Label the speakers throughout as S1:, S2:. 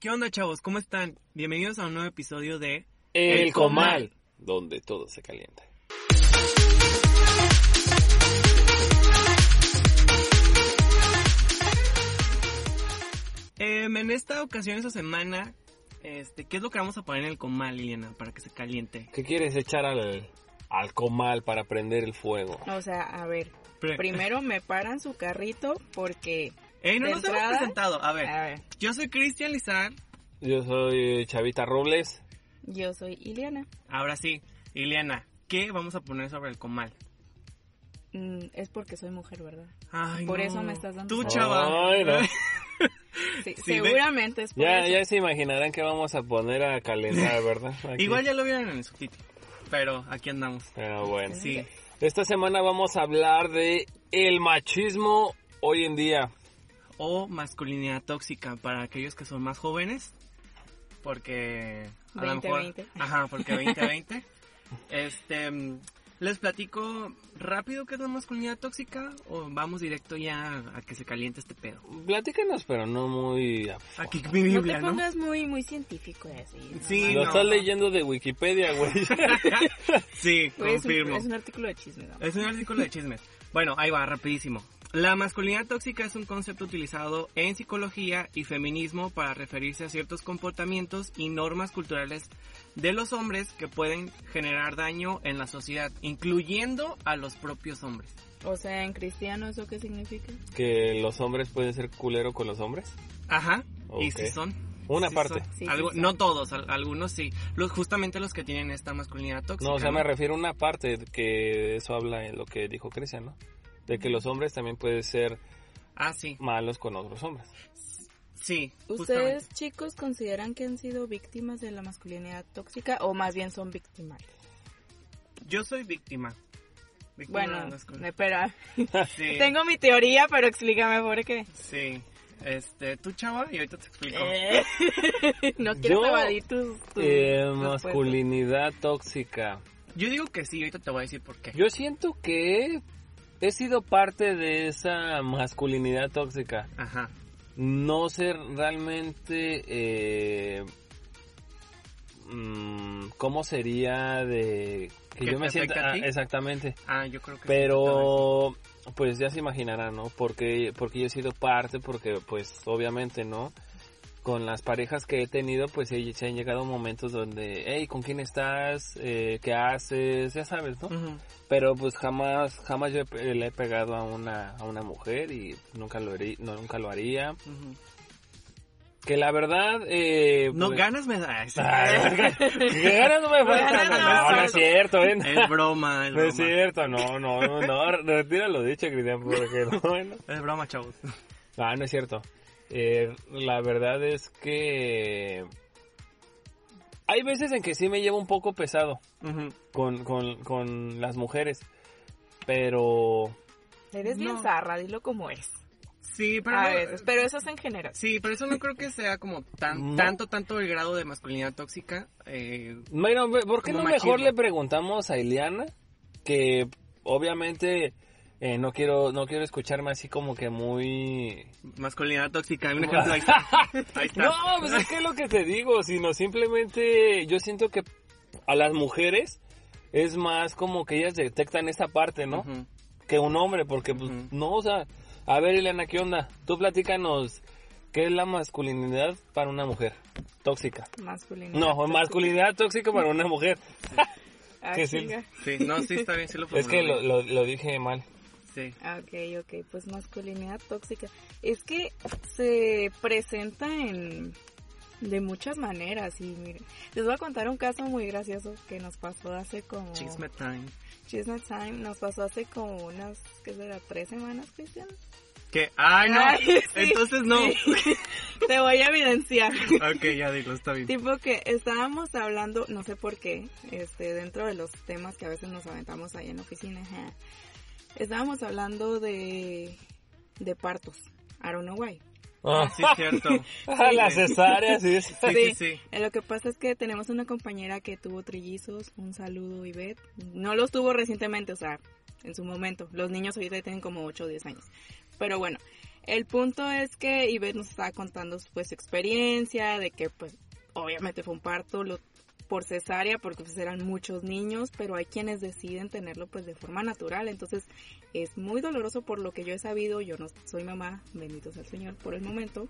S1: ¿Qué onda, chavos? ¿Cómo están? Bienvenidos a un nuevo episodio de
S2: El Comal, donde todo se calienta.
S1: Em, en esta ocasión, esta semana, este, ¿qué es lo que vamos a poner en el comal, Liliana, para que se caliente?
S2: ¿Qué quieres echar al, al comal para prender el fuego?
S3: O sea, a ver,
S1: Pre-
S3: primero me paran su carrito porque...
S1: Ey, no
S3: de
S1: nos hemos
S3: entrada- ah.
S1: presentado. A ver,
S3: A ver,
S1: yo soy Cristian Lizar.
S2: Yo soy Chavita Robles.
S3: yo soy Ileana.
S1: Ahora sí, Liliana, ¿qué vamos a poner sobre el comal?
S3: Mm, es porque soy mujer, ¿verdad?
S1: Ay,
S3: Por
S1: no.
S3: eso me estás dando
S1: Tú,
S3: esa-
S1: chava.
S2: Ay, no.
S3: Sí,
S1: Sí,
S3: seguramente es por
S2: Ya,
S3: eso.
S2: ya se imaginarán que vamos a poner a calentar, ¿verdad? Aquí.
S1: Igual ya lo vieron en el subtítulo, pero aquí andamos.
S2: Pero bueno.
S1: Sí.
S2: Esta semana vamos a hablar de el machismo hoy en día.
S1: O masculinidad tóxica para aquellos que son más jóvenes. Porque. A lo
S3: 20,
S1: mejor.
S3: 20.
S1: Ajá, porque 2020. este. mm, Les platico rápido qué es la masculinidad tóxica. O vamos directo ya a que se caliente este pedo.
S2: Platícanos, pero no muy... a-
S1: Aquí mi
S3: No
S1: Biblia,
S3: te
S1: ¿no?
S3: pongas muy, muy científico y así. ¿no?
S1: Sí,
S2: Lo
S1: no.
S2: estás leyendo de Wikipedia, güey.
S1: sí,
S3: Güey, Pues, es, un,
S1: confirmo.
S3: es un artículo de chisme, ¿no?
S1: Es un artículo de chismes. Bueno, ahí va, rapidísimo. La masculinidad tóxica es un concepto utilizado en psicología y feminismo para referirse a ciertos comportamientos y normas culturales de los hombres que pueden generar daño en la sociedad, incluyendo a los propios hombres.
S3: O sea, en cristiano, ¿eso qué significa?
S2: que los hombres pueden ser culero con los hombres.
S1: Ajá. Y
S2: Ok.
S1: si son.
S2: Una
S1: sí
S2: parte.
S1: son.
S3: Sí,
S1: Algo-
S3: sí son.
S1: No todos, al- algunos sí. Los, justamente los que tienen esta masculinidad tóxica.
S2: No, o sea, me refiero a una parte que de eso habla en lo que dijo Cristian, ¿no? De que los hombres también pueden ser
S1: Ah, sí.
S2: malos con otros hombres.
S1: Sí. justamente.
S3: ¿Ustedes, chicos, consideran que han sido víctimas de la masculinidad tóxica o más bien son víctimas?
S1: Yo soy víctima. Víctima de
S3: Bueno,
S1: la masculinidad.
S3: espera,
S1: Sí.
S3: tengo mi teoría, pero explícame por qué.
S1: Sí. Este, tú chava, y ahorita te explico.
S3: Eh, no quiero
S2: Yo,
S3: evadir tus,
S1: Mm,
S3: tus
S2: Eh,
S3: respuestas.
S2: masculinidad tóxica.
S1: Yo digo que sí, ahorita te voy a decir por qué.
S2: Yo siento que he sido parte de esa masculinidad tóxica.
S1: Ajá.
S2: No ser realmente... eh, mm, ¿Cómo sería de...
S1: ¿Que
S2: yo me
S1: te
S2: sienta...
S1: afecta a
S2: ah,
S1: ti?
S2: exactamente.
S1: Ah, yo creo que sí, tal
S2: Pero pues ya se imaginarán, ¿no? Porque porque yo he sido parte porque pues obviamente, ¿no? Con las parejas que he tenido, pues he- se han llegado momentos donde, hey, ¿con quién estás? Eh, ¿Qué haces? Ya sabes, ¿no?
S1: vez. Ujú.
S2: Pero pues jamás, jamás yo he pe- le he pegado a una, a una mujer y nunca lo, harí- no, nunca lo haría.
S1: Ujú.
S2: Que la verdad, eh...
S1: No
S2: pues-
S1: ganas me da.
S2: Ay, que ganas no me faltan.
S3: Ganas no me
S2: No, no
S3: faltan.
S2: es cierto, ¿eh?
S1: Es broma, es
S2: No
S1: broma.
S2: es cierto, no, no, no, no, retira lo dicho, Cristian, porque no, bueno.
S1: Es broma, chavos.
S2: Ah, no es cierto. Eh, la verdad es que hay veces en que sí me llevo un poco pesado
S1: Ujú.
S2: con, con, con las mujeres, pero
S3: Eres bien
S1: No.
S3: zarra, dilo como es.
S1: Sí, pero.
S3: A
S1: no-
S3: veces, pero eh, eso Ah, es en general.
S1: Sí, pero eso no creo que sea como tan,
S2: No.
S1: tanto, tanto el grado de masculinidad tóxica. Eh,
S2: Bueno, ve- ¿por qué
S1: Como
S2: no
S1: machismo.
S2: mejor le preguntamos a Ileana? Que obviamente eh, no quiero no quiero escucharme así como que muy...
S1: masculinidad tóxica. Un ejemplo ahí está. Ahí está.
S2: No, pues es que es lo que te digo, sino simplemente yo siento que a las mujeres es más como que ellas detectan esta parte, ¿no?
S1: Ujú.
S2: Que un hombre, porque pues
S1: Ujú.
S2: no, o sea, a ver Ileana, ¿qué onda? Tú platícanos, ¿qué es la masculinidad para una mujer? Tóxica.
S3: Masculinidad.
S2: No, masculinidad tóxica para una mujer.
S3: Ah,
S2: que sí.
S3: chinga.
S1: Sí, no, sí, está bien, sí lo
S2: Es que
S1: formulé
S2: lo, lo- lo dije mal.
S1: bien. Sí.
S3: Ah, Ok, ok, pues masculinidad tóxica. Es que se presenta en de muchas maneras y miren, les voy a contar un caso muy gracioso que nos pasó hace como
S1: Chisme time.
S3: Chisme time, nos pasó hace como unas, ¿qué será? ¿Tres semanas, Cristian?
S1: Que, ay, no.
S3: Ay, sí,
S1: Entonces no.
S3: sí. Te voy a evidenciar.
S1: Ok, ya digo, está bien.
S3: Tipo que estábamos hablando, no sé por qué, este, dentro de los temas que a veces nos aventamos ahí en la oficina, ajá. estábamos hablando de, de partos. I don't know why.
S2: Ah,
S1: Sí, cierto.
S2: la cesárea, sí. es-
S1: Sí, sí, sí.
S3: Eh, Lo que pasa es que tenemos una compañera que tuvo trillizos, un saludo Ivette. No los tuvo recientemente, o sea, en su momento. Los niños ahorita tienen como 8 o 10 años. Pero bueno, el punto es que Ivette nos estaba contando pues su experiencia, de que pues obviamente fue un parto lo- por cesárea porque pues eran muchos niños, pero hay quienes deciden tenerlo pues de forma natural, entonces es muy doloroso por lo que yo he sabido, yo no soy mamá, bendito sea el Señor por el momento,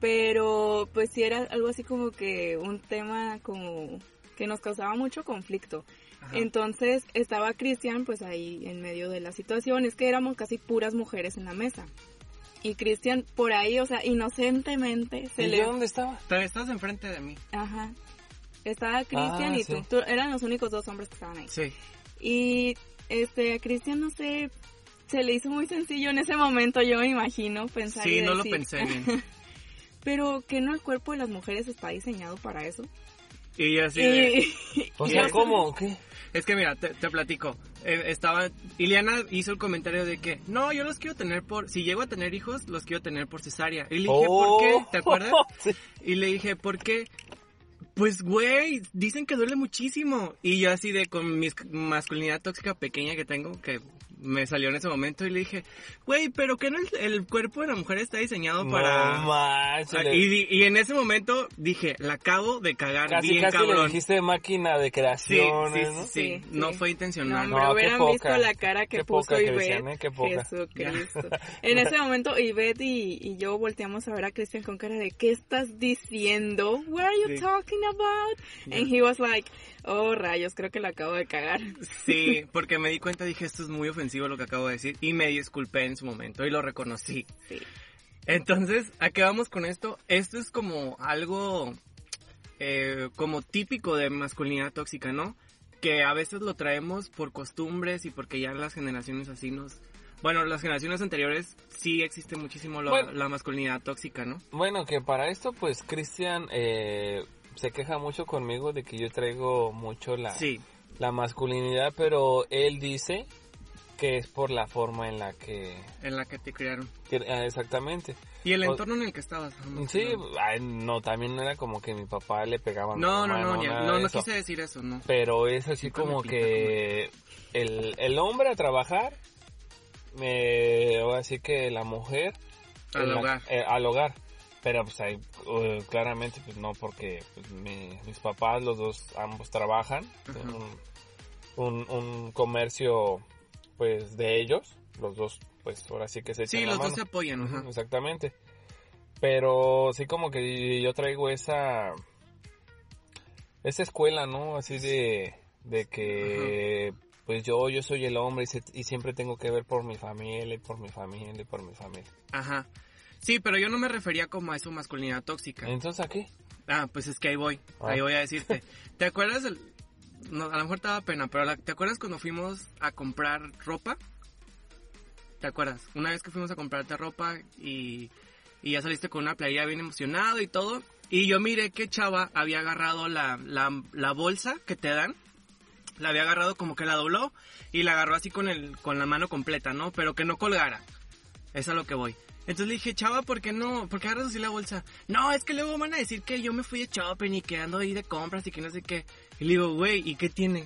S3: pero pues sí era algo así como que un tema como que nos causaba mucho conflicto.
S1: Ajá.
S3: Entonces estaba Cristian pues ahí en medio de la situación, es que éramos casi puras mujeres en la mesa. Y Cristian por ahí, o sea, inocentemente se
S2: ¿Y
S3: le...
S2: yo dónde estaba?
S1: Te- Estás enfrente de mí.
S3: Ajá. Estaba Cristian
S2: Ah,
S3: y
S2: sí.
S3: tú. Tú- Eran los únicos dos hombres que estaban ahí.
S1: Sí.
S3: Y este, a Cristian, no sé, se le hizo muy sencillo en ese momento, yo me imagino, pensar.
S1: Sí,
S3: y
S1: no lo
S3: decir,
S1: pensé bien.
S3: Pero que no el cuerpo de las mujeres está diseñado para eso.
S1: Y así. de-
S3: y,
S2: O
S1: Y
S2: sea,
S1: eso-
S2: ¿cómo? ¿Qué?
S1: Es que mira, te, te platico. Eh, estaba. Ileana hizo el comentario de que no, yo los quiero tener por. Si llego a tener hijos, los quiero tener por cesárea. Y le dije,
S2: Oh.
S1: ¿por qué? ¿Te acuerdas?
S2: Sí.
S1: Y le dije, ¿por qué? Pues, güey, dicen que duele muchísimo. Y yo así de con mi masculinidad tóxica pequeña que tengo, que me salió en ese momento, y le dije, güey, pero que no el, el cuerpo de la mujer está diseñado para...
S2: No manches,
S1: Ah,
S2: le-
S1: y, di- y en ese momento dije, la acabo de cagar
S2: casi
S1: bien
S2: casi le
S1: cabrón.
S2: dijiste máquina de
S1: sí,
S2: creaciones,
S1: sí,
S2: ¿no?
S1: sí, sí,
S3: Sí,
S1: no
S3: sí.
S1: fue
S3: no,
S1: intencional.
S3: hombre,
S2: No, qué
S3: hubieran
S2: poca.
S3: visto la cara que
S2: Qué
S3: puso
S2: poca,
S3: Ivette.
S2: Cristian, ¿eh? Qué poca.
S3: Jesucristo. En ese momento, Ivette y, y yo volteamos a ver a Cristian con cara de, ¿qué estás diciendo? What are you
S1: Sí.
S3: talking about? And he was like, oh, rayos, creo que la acabo de cagar.
S1: Sí, porque me di cuenta, dije, esto es muy ofensivo lo que acabo de decir, y me disculpé en su momento, y lo reconocí.
S3: Sí.
S1: Entonces, ¿a qué vamos con esto? Esto es como algo eh, como típico de masculinidad tóxica, ¿no? Que a veces lo traemos por costumbres y porque ya las generaciones así nos... Bueno, las generaciones anteriores sí existe muchísimo lo-
S2: Bueno.
S1: la masculinidad tóxica, ¿no?
S2: Bueno, que para esto, pues, Cristian eh, se queja mucho conmigo de que yo traigo mucho la,
S1: Sí,
S2: la masculinidad, pero él dice que es por la forma en la que...
S1: en la que te criaron.
S2: que- ah, exactamente.
S1: Y el
S2: O-
S1: entorno en el que estabas. Mm, ¿no?
S2: Pues Sí, ay, no, también no era como que mi papá le pegaba a mi
S1: No, no,
S2: mamá,
S1: no, ni- no,
S2: nada
S1: no,
S2: de eso.
S1: quise decir eso, no.
S2: Pero es así
S1: Siempre me
S2: como
S1: pinta
S2: que el, el hombre a trabajar, eh, ahora sí que la mujer
S1: Al
S2: en la-
S1: hogar.
S2: eh, al hogar. Pero pues ahí, eh, claramente, pues no, porque pues, mi- mis papás, los dos, ambos trabajan.
S1: Ajá.
S2: en un- un, un comercio, pues, de ellos. Los dos, pues, ahora sí que se echan
S1: Sí,
S2: la
S1: los dos
S2: mano.
S1: se apoyan, ajá.
S2: Exactamente. Pero sí como que yo traigo esa esa escuela, ¿no? Así de de que pues yo yo soy el hombre y, se- y siempre tengo que ver por mi familia y por mi familia y por mi familia.
S1: Ajá. Sí, pero yo no me refería como a eso masculinidad tóxica.
S2: Entonces aquí
S1: Ah, pues es que ahí voy,
S2: Eh. Ah.
S1: ahí voy a decirte. ¿Te acuerdas del... no, a lo mejor te daba pena, pero la- ¿te acuerdas cuando fuimos a comprar ropa? ¿Te acuerdas? Una vez que fuimos a comprarte ropa y, y ya saliste con una playera bien emocionado y todo. Y yo miré que Chava había agarrado la, la, la bolsa que te dan. La había agarrado como que la dobló y la agarró así con, el, con la mano completa, ¿no? Pero que no colgara. Es a lo que voy. Entonces le dije, chava, ¿por qué no? ¿Por qué agarras así la bolsa? No, es que luego van a decir que yo me fui de shopping y que ando ahí de compras y que no sé qué. Y le digo, güey, ¿y qué tiene?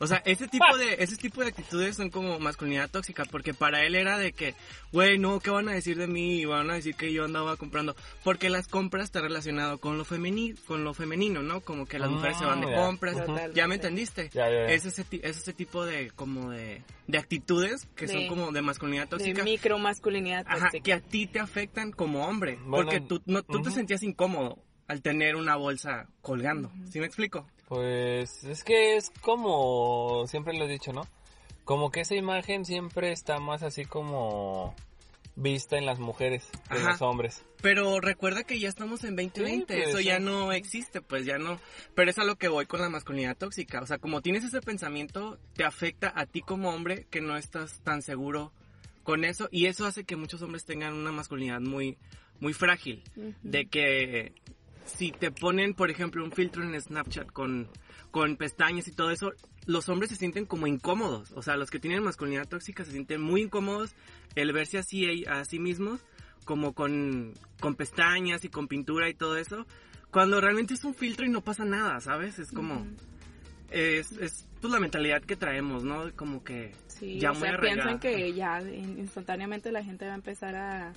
S1: O sea, ese tipo de, ese tipo de actitudes son como masculinidad tóxica, porque para él era de que, güey, no, ¿qué van a decir de mí? Y van a decir que yo andaba comprando. Porque las compras está relacionado con lo femenino, con lo femenino, ¿no? Como que las
S2: Ah,
S1: mujeres se van de
S2: ya.
S1: compras.
S2: Ujú.
S3: Totalmente.
S1: ¿Ya me entendiste?
S2: ya ya. ya.
S1: Es ese, ti- es ese tipo de, como de, de actitudes que son
S3: De-
S1: como de masculinidad
S3: De
S1: tóxica.
S3: micromasculinidad
S1: Ajá,
S3: tóxica.
S1: que a ti te afectan como hombre.
S2: Bueno,
S1: porque tú, no, tú te
S2: ujú.
S1: sentías incómodo al tener una bolsa colgando. ¿Sí me explico?
S2: Pues es que es como siempre lo he dicho, ¿no? Como que esa imagen siempre está más así como vista en las mujeres que en
S1: Ajá.
S2: los hombres.
S1: Pero recuerda que ya estamos en 2020.
S2: Sí, pues,
S1: eso ya
S2: sí.
S1: no existe, pues ya no. Pero es a lo que voy con la masculinidad tóxica. O sea, como tienes ese pensamiento, te afecta a ti como hombre que no estás tan seguro con eso y eso hace que muchos hombres tengan una masculinidad muy muy frágil de que si te ponen por ejemplo un filtro en Snapchat con con pestañas y todo eso los hombres se sienten como incómodos o sea los que tienen masculinidad tóxica se sienten muy incómodos el verse así a sí mismos como con con pestañas y con pintura y todo eso cuando realmente es un filtro y no pasa nada sabes es como
S3: Ujú.
S1: es, es pues, la mentalidad que traemos no como que
S3: Sí,
S1: Ya
S3: o
S1: muy
S3: sea,
S1: arraigada.
S3: piensan que ya in- instantáneamente la gente va a empezar a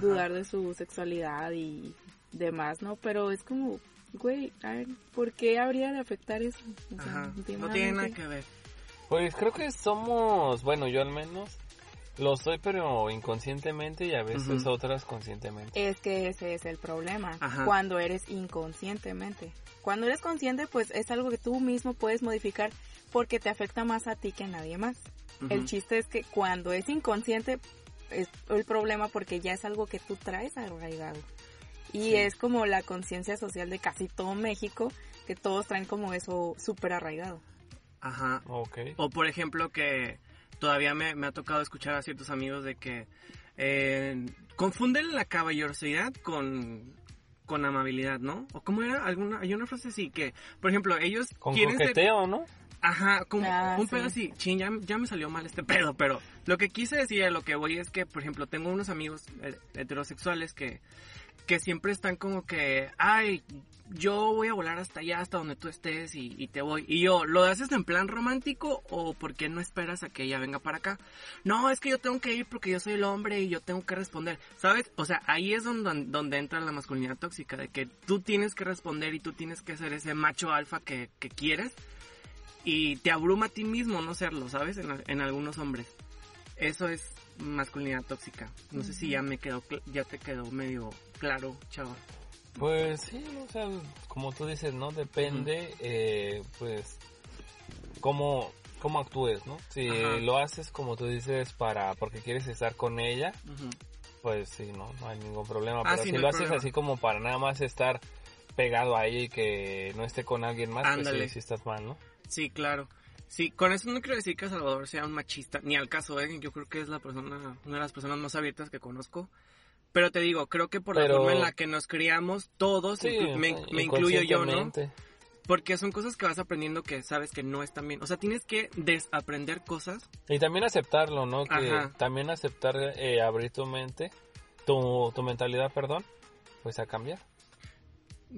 S3: dudar de su sexualidad y demás, ¿no? Pero es como, güey, a ver, ¿por qué habría de afectar eso? O sea,
S1: ajá, no tiene
S3: últimamente-
S1: nada que ver
S2: Pues creo que somos, bueno, yo al menos lo soy, pero inconscientemente y a veces
S1: Ujú.
S2: otras conscientemente.
S3: Es que ese es el problema,
S1: Ajá.
S3: cuando eres inconscientemente. Cuando eres consciente, pues es algo que tú mismo puedes modificar porque te afecta más a ti que a nadie más. El
S1: Ujú.
S3: chiste es que cuando es inconsciente es el problema porque ya es algo que tú traes arraigado. Y
S1: Sí.
S3: es como la conciencia social de casi todo México, que todos traen como eso súper arraigado.
S1: Ajá.
S2: Ok.
S1: O por ejemplo que todavía me, me ha tocado escuchar a ciertos amigos de que eh, confunden la caballerosidad con, con amabilidad, ¿no? ¿O cómo era? Alguna, hay una frase así que, por ejemplo, ellos
S2: Con
S1: quieren ser-
S2: coqueteo, ¿no?
S1: Ajá, como
S3: Ah,
S1: un
S3: sí.
S1: pedo así. Chin, ya, ya me salió mal este pedo, pero lo que quise decir, a lo que voy es que, por ejemplo, tengo unos amigos eh, heterosexuales que, que siempre están como que, ay, yo voy a volar hasta allá, hasta donde tú estés y, y te voy. Y yo, ¿lo haces en plan romántico o por qué no esperas a que ella venga para acá? No, es que yo tengo que ir porque yo soy el hombre y yo tengo que responder. ¿Sabes? O sea, ahí es donde, donde entra la masculinidad tóxica, de que tú tienes que responder y tú tienes que ser ese macho alfa que, que quieres y te abruma a ti mismo no serlo, ¿sabes? En, al- en algunos hombres. Eso es masculinidad tóxica. No sé si ya me quedó, cl- ya te quedó medio claro, chava.
S2: Pues sí, o sea, como tú dices, ¿no? Depende, eh, pues, cómo, cómo actúes, ¿no? Si
S1: Ajá.
S2: lo haces como tú dices para, porque quieres estar con ella, pues sí, no, no hay ningún problema.
S1: Ah,
S2: Pero
S1: sí,
S2: si
S1: no hay
S2: lo haces
S1: problema.
S2: así como para nada más estar pegado ahí y que no esté con alguien más, pues
S1: Ándale.
S2: sí, sí estás mal, ¿no?
S1: Sí, claro. Sí, con eso no quiero decir que Salvador sea un machista, ni al caso, ¿eh? Yo creo que es la persona, una de las personas más abiertas que conozco. Pero te digo, creo que por la
S2: Pero-
S1: forma en la que nos criamos todos, inclu- pues me,
S2: o sea,
S1: me incluyo yo, ¿no?
S2: inconscientemente.
S1: Porque son cosas que vas aprendiendo que sabes que no están bien. O sea, tienes que desaprender cosas
S2: Y también aceptarlo, ¿no? Que
S1: Ajá.
S2: también aceptar eh, abrir tu mente, tu, tu mentalidad, perdón, pues a cambiar.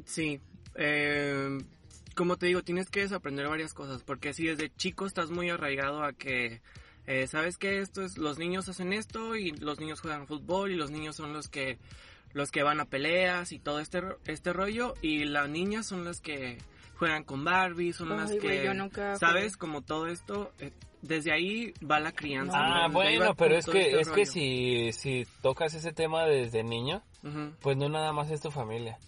S1: Sí. eh, como te digo, tienes que desaprender varias cosas. Porque si desde chico estás muy arraigado a que. eh, Sabes que esto es. Los niños hacen esto. Y los niños juegan fútbol. Y los niños son los que. Los que van a peleas y todo este, ro- este rollo. Y las niñas son las que juegan con Barbie. Son las
S3: Ay,
S1: que.
S3: güey, yo nunca jugué.
S1: ¿Sabes? Como todo esto. eh, desde ahí va la crianza. ¿no?
S2: Ah,
S1: Desde ahí va
S2: bueno, pero es
S1: todo este
S2: que es que
S1: rollo.
S2: si si tocas ese tema desde niño,
S1: Ujú.
S2: pues no nada más es tu familia.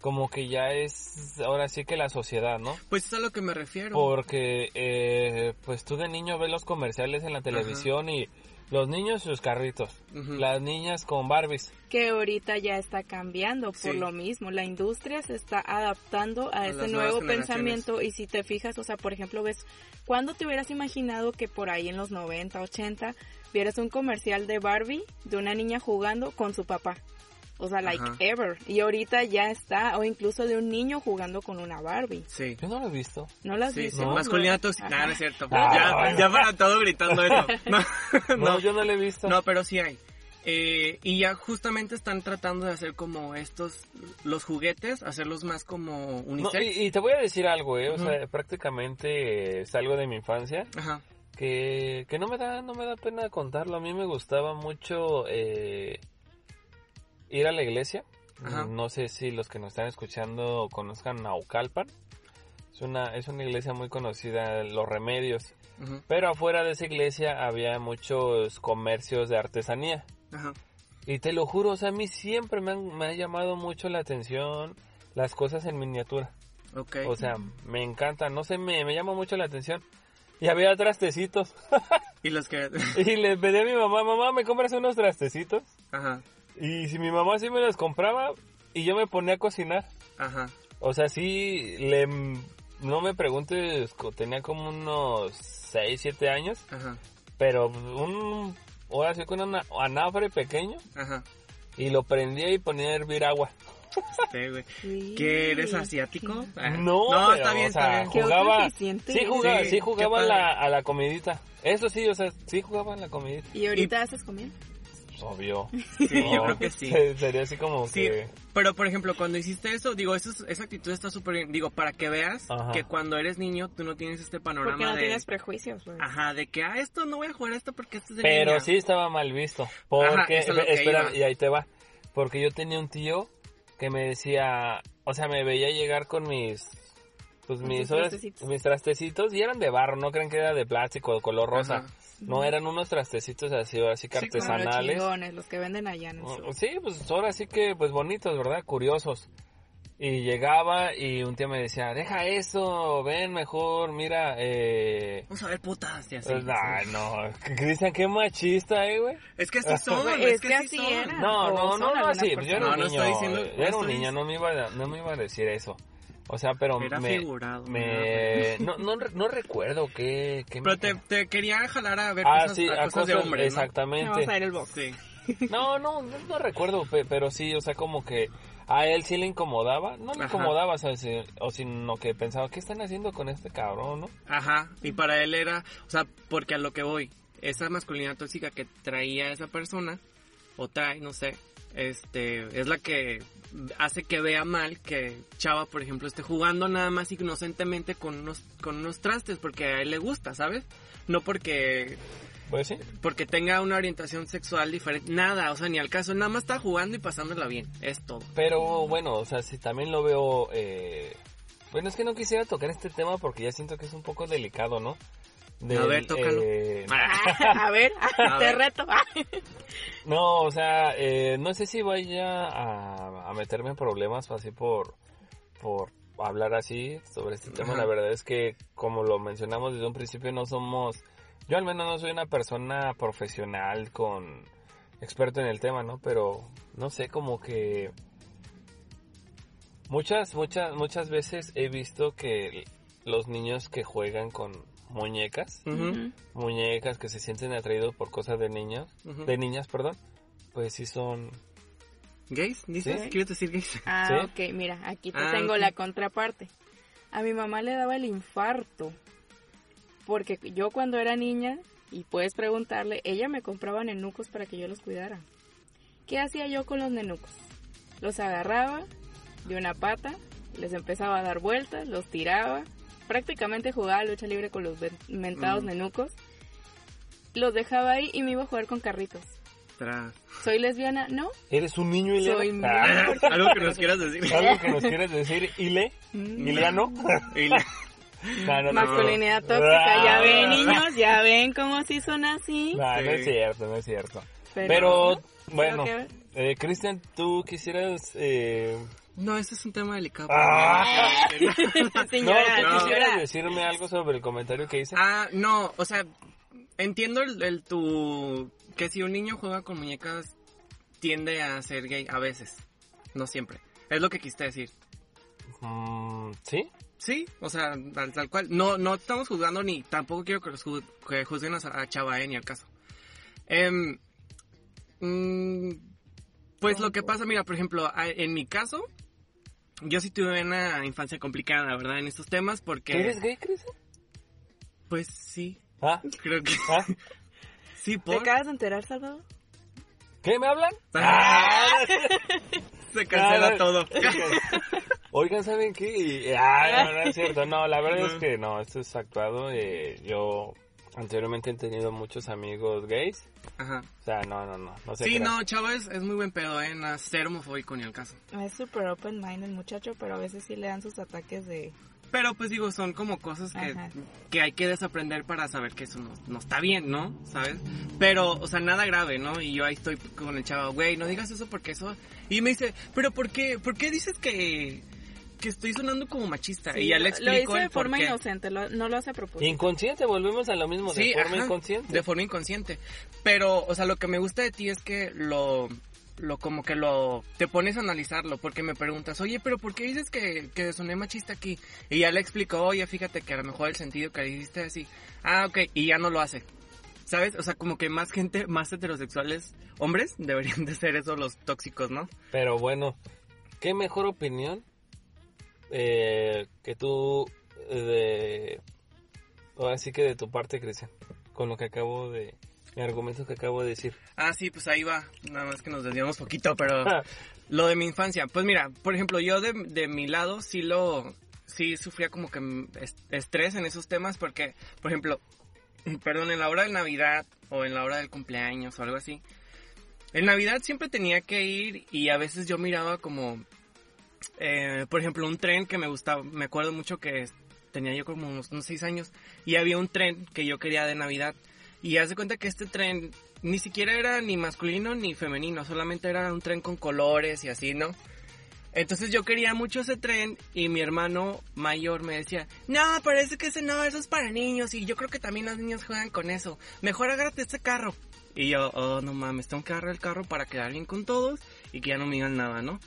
S2: Como que ya es ahora sí que la sociedad, ¿no?
S1: Pues es a lo que me refiero.
S2: Porque eh, pues tú de niño ves los comerciales en la televisión y los niños sus carritos,
S1: Ujú.
S2: las niñas con Barbies.
S3: Que ahorita ya está cambiando por
S1: Sí.
S3: lo mismo. La industria se está adaptando a,
S1: A
S3: este
S1: las
S3: nuevo
S1: nuevas
S3: pensamiento. Y si te fijas, o sea, por ejemplo, ves, ¿cuándo te hubieras imaginado que por ahí en los 90, 80 vieras un comercial de Barbie de una niña jugando con su papá? O sea, like
S1: Ajá.
S3: ever. Y ahorita ya está, o incluso de un niño jugando con una Barbie.
S1: Sí.
S2: Yo no lo he visto.
S3: ¿No las has
S1: Sí,
S3: visto?
S1: sí,
S2: ¿No?
S1: masculinidad tóxica.
S3: Ajá.
S1: Ah, no es cierto.
S2: Ah,
S1: ya,
S2: bueno.
S1: ya para todo gritando eso. No,
S2: No,
S1: no,
S2: yo no lo he visto.
S1: no, pero sí hay. Eh, y ya justamente están tratando de hacer como estos, los juguetes, hacerlos más como
S2: No,
S1: unisex.
S2: y, y te voy a decir algo, eh, o
S1: Ujú.
S2: sea, prácticamente es algo de mi infancia
S1: Ajá.
S2: que, que no me da no me da pena contarlo. A mí me gustaba mucho eh, ir a la iglesia.
S1: Ajá.
S2: No sé si los que nos están escuchando conozcan Naucalpan. Es una es una iglesia muy conocida, los remedios.
S1: ujú,
S2: Pero afuera de esa iglesia había muchos comercios de artesanía.
S1: Ajá.
S2: Y te lo juro, o sea, a mí siempre me, han- me ha llamado mucho la atención las cosas en miniatura.
S1: Ok.
S2: O sea, me encanta, no sé, me, me llama mucho la atención. Y había trastecitos.
S1: y los que.
S2: Y le pedí a mi mamá, mamá, ¿me compras unos trastecitos?
S1: Ajá.
S2: Y si mi mamá sí me los compraba, y yo me ponía a cocinar.
S1: Ajá.
S2: O sea, sí, le, no me preguntes, co- tenía como unos 6, 7 años,
S1: Ajá.
S2: pero un, ahora sí con un anafre pequeño
S1: Ajá.
S2: y lo prendía y ponía a hervir agua.
S1: Sí, güey.
S3: Sí,
S1: ¿Que eres
S3: sí.
S1: asiático? Ah,
S2: No,
S1: no
S2: pero,
S1: está bien,
S2: o sea,
S1: está
S3: Qué
S1: bien.
S2: jugaba, sí
S3: autosuficiente.
S2: jugaba, sí,
S1: Sí,
S2: jugaba
S1: qué
S2: a la,
S1: padre.
S2: a la comidita. Eso sí, o sea, sí jugaba a la comidita.
S3: ¿Y ahorita haces comida?
S2: Obvio.
S1: Sí, yo
S2: No,
S1: creo que sí.
S2: se- Sería así como
S1: Sí,
S2: que...
S1: pero por ejemplo, cuando hiciste eso, digo, eso, es- esa actitud está súper bien. Digo, para que veas
S2: Ajá.
S1: que cuando eres niño tú no tienes este panorama
S3: Porque no
S1: de...
S3: tienes prejuicios, pues.
S1: Ajá, de que, ah, esto no voy a jugar a esto porque esto es de
S2: Pero
S1: niña.
S2: sí estaba mal visto. Porque,
S1: eso es lo que
S2: espera,
S1: iba.
S2: y ahí te va. Porque yo tenía un tío que me decía, o sea, me veía llegar con mis, pues
S3: Con
S2: mis,
S3: tus
S2: horas-
S3: trastecitos.
S2: mis trastecitos y eran de barro, no creen que era de plástico, de color rosa.
S1: Ajá.
S2: No, eran unos trastecitos así, así que
S1: Sí,
S3: Bueno, los
S2: artesanales.
S3: chingones, los que venden allá en el sur.
S2: Oh, Sí, pues ahora sí que, pues bonitos, ¿verdad? Curiosos. Y llegaba y un tío me decía, deja eso, ven mejor, mira, eh...
S1: Vamos a ver putas y así.
S2: pues, nah, no, Cristian, qué machista, eh, güey.
S1: Es que así son,
S3: Güey,
S1: es,
S3: es
S1: que,
S3: que
S1: así
S3: así
S1: Ah, son.
S3: era.
S2: No,
S3: o
S2: no,
S3: son
S2: no, no,
S3: algunas
S2: sí, pues yo era un
S1: personas. No, no
S2: niño,
S1: estoy diciendo-
S2: eh,
S1: no
S2: era un
S1: estoy
S2: niño, no me iba a, no me iba a decir eso. O sea, pero
S1: Era
S2: me,
S1: figurado.
S2: me- no, no, re- no recuerdo qué, qué me-
S1: Pero te, te quería jalar a ver
S2: ah,
S1: cosas,
S2: sí,
S1: a
S2: a
S1: cosas de
S2: cosas-
S1: hombres, ¿no?
S2: exactamente.
S3: Vamos a ver el box.
S1: Sí.
S2: No, no, no, no recuerdo, pe- pero sí, o sea, como que a él sí le incomodaba, no le
S1: Ajá.
S2: incomodaba, o sea, si- o sino que pensaba, ¿qué están haciendo con este cabrón, no?
S1: Ajá, y para él era, o sea, porque a lo que voy, esa masculinidad tóxica que traía esa persona, o trae, no sé, este, es la que hace que vea mal que Chava, por ejemplo, esté jugando nada más inocentemente con unos, con unos trastes, porque a él le gusta, ¿sabes? No porque,
S2: Pues sí,
S1: porque tenga una orientación sexual diferente, nada, o sea, ni al caso, nada más está jugando y pasándola bien, es todo.
S2: pero bueno, o sea, sí, también lo veo, eh... bueno, es que no quisiera tocar este tema porque ya siento que es un poco delicado, ¿no?
S1: A ver, tócalo.
S2: eh,
S3: Ah, a ver,
S1: A
S3: te
S1: ver.
S3: reto. Ah,
S2: No, o sea, eh, no sé si vaya a, a meterme en problemas así por, por hablar así sobre este tema.
S1: Ajá.
S2: La verdad es que, como lo mencionamos desde un principio, no somos, yo al menos no soy una persona profesional con experto en el tema, ¿no? Pero, no sé, como que muchas, muchas, muchas veces he visto que los niños que juegan con muñecas,
S1: Ujú,
S2: muñecas que se sienten atraídos por cosas de niños,
S1: ujú.
S2: de niñas, perdón, pues sí son...
S1: ¿Gays? ¿Dices?
S2: Sí.
S1: ¿Quieres decir gays?
S3: Ah,
S2: ¿Sí?
S3: ok, mira, aquí te
S1: Ah,
S3: tengo
S1: ok.
S3: la contraparte. A mi mamá le daba el infarto. Porque yo cuando era niña, y puedes preguntarle, ella me compraba nenucos para que yo los cuidara. ¿Qué hacía yo con los nenucos? Los agarraba de una pata, les empezaba a dar vueltas, los tiraba. Prácticamente jugaba lucha libre con los ven- mentados
S1: Mm.
S3: nenucos. Los dejaba ahí y me iba a jugar con carritos.
S1: Tras.
S3: ¿Soy lesbiana? No.
S2: Eres un niño y
S3: Soy muy-
S1: Algo que nos quieras decir.
S2: Algo que nos quieres decir, Ile,
S3: Mm.
S2: Ileano.
S1: Y la-
S2: No, no, no.
S3: Masculinidad tóxica, ya ven
S2: Ah.
S3: niños, ya ven cómo sí son así.
S2: No, no
S1: Sí.
S2: es cierto, no es cierto. Pero, bueno,
S3: Creo que-
S2: eh, Cristian, tú quisieras... Eh...
S1: No, este es un tema delicado.
S2: Ah. No,
S3: señora,
S2: ¿tú
S1: no.
S2: quisieras
S3: señora.
S2: decirme algo sobre el comentario que hice?
S1: Ah, no, o sea, entiendo el, el tu... Que si un niño juega con muñecas, tiende a ser gay a veces. No siempre. Es lo que quisiste decir.
S2: Mm, ¿Sí?
S1: Sí, o sea, tal, tal cual. No, no estamos juzgando ni tampoco quiero que, los ju- que juzguen a, a Chava eh, ni al caso. Em, mm, pues lo que pasa, mira, por ejemplo, a- en mi caso, yo sí tuve una infancia complicada, ¿verdad? En estos temas, porque...
S2: ¿Tú ¿Eres gay, Cristian?
S1: Pues sí,
S2: ¿Ah?
S1: creo que
S2: ¿Ah?
S1: sí,
S3: ¿Te
S1: por...
S3: acabas de enterar, Salvador?
S2: ¿Qué? ¿Me hablan?
S1: Se cancela
S2: Ah,
S1: todo.
S2: Oigan, ¿saben qué? Ah, no, no es cierto. No, la verdad
S1: No.
S2: es que no, esto es actuado. eh, yo anteriormente he tenido muchos amigos gays.
S1: Ajá.
S2: O sea, no, no, no. no se
S1: Sí,
S2: crean.
S1: no, Chava es, es muy buen pedo, ¿eh? Nada, Ser homofóbico ni al caso.
S3: Es súper open mind el muchacho, pero a veces sí le dan sus ataques de...
S1: Pero pues digo, son como cosas que,
S3: Ajá.
S1: que hay que desaprender para saber que eso no, no está bien, ¿no? ¿Sabes? Pero, o sea, nada grave, ¿no? Y yo ahí estoy con el chavo, güey, no digas eso porque eso... Y me dice, pero ¿por qué, por qué dices que, que estoy sonando como machista? y ya le
S3: lo
S1: explico
S3: hizo de
S1: el por
S3: forma
S1: qué.
S3: inocente, lo- no lo hace a propósito.
S2: Inconsciente, volvemos a lo mismo, de forma
S1: ajá,
S2: inconsciente.
S1: De forma inconsciente. Pero, o sea, lo que me gusta de ti es que lo, lo como que lo, te pones a analizarlo, porque me preguntas, oye, pero ¿por qué dices que, que soné machista aquí? Y ya le explico, oye, fíjate que a lo mejor el sentido que dijiste así, ah, ok, y ya no lo hace. ¿Sabes? O sea, como que más gente, más heterosexuales, hombres, deberían de ser eso los tóxicos, ¿no?
S2: Pero bueno, qué mejor opinión eh, que tú eh, de... Ahora sí que de tu parte, Cristian, con lo que acabo de... Mi argumento que acabo de decir.
S1: Ah, sí, pues ahí va. Nada más que nos desviamos poquito, pero... lo de mi infancia. Pues mira, por ejemplo, yo de, de mi lado sí lo... Sí sufría como que est- estrés en esos temas porque, por ejemplo, perdón, en la hora de Navidad o en la hora del cumpleaños o algo así. En Navidad siempre tenía que ir y a veces yo miraba como, eh, por ejemplo, un tren que me gustaba. Me acuerdo mucho que tenía yo como unos, unos seis años y había un tren que yo quería de Navidad. Y haz de cuenta que este tren ni siquiera era ni masculino ni femenino, solamente era un tren con colores y así, ¿no? Entonces yo quería mucho ese tren y mi hermano mayor me decía, no, parece que ese no, eso es para niños y yo creo que también los niños juegan con eso. Mejor agárrate este carro. Y yo, oh, no mames, tengo que agarrar el carro para quedar bien con todos y que ya no me digan nada, ¿no?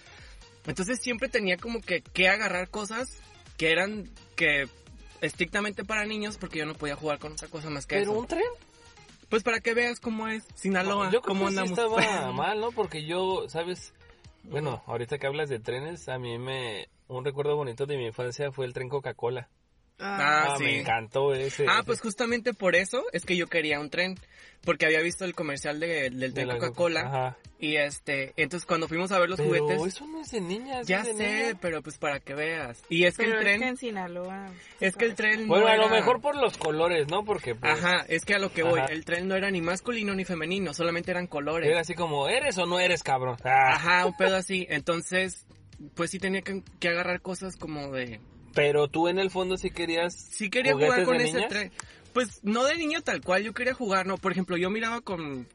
S1: Entonces siempre tenía como que, que agarrar cosas que eran que estrictamente para niños porque yo no podía jugar con otra cosa más que
S2: ¿Pero
S1: eso.
S2: un tren?
S1: Pues para que veas cómo es Sinaloa,
S2: yo creo
S1: cómo
S2: que sí
S1: andamos.
S2: estaba mal, ¿no? Porque yo, ¿sabes? Bueno, ahorita que hablas de trenes, a mí me... Un recuerdo bonito de mi infancia fue el tren Coca-Cola.
S3: Ah,
S1: Ah, sí.
S2: me encantó ese.
S1: Ah,
S2: ese-
S1: pues justamente por eso es que yo quería un tren. Porque había visto el comercial de, del
S2: de
S1: tren
S2: la
S1: Coca-Cola.
S2: Ajá.
S1: Y este, entonces cuando fuimos a ver los
S2: Pero
S1: juguetes.
S2: eso no es de niñas.
S1: Ya
S2: es de
S1: sé,
S2: niños.
S1: pero pues para que veas. Y es que
S3: pero
S1: el
S3: es que
S1: tren.
S3: en Sinaloa.
S1: Es que el tren.
S2: Bueno,
S1: no
S2: a lo
S1: era-
S2: mejor por los colores, ¿no? Porque pues,
S1: Ajá, es que a lo que voy.
S2: Ajá.
S1: El tren no era ni masculino ni femenino, solamente eran colores.
S2: era así como, ¿eres o no eres, cabrón? Ah,
S1: Ajá, un pedo así. Entonces, pues sí tenía que, que agarrar cosas como de.
S2: Pero tú en el fondo sí querías...
S1: Sí quería
S2: ¿Juguetes
S1: jugar con
S2: de
S1: ese
S2: niñas?
S1: tren. Pues no de niño tal cual, yo quería jugar, no. Por ejemplo, yo miraba con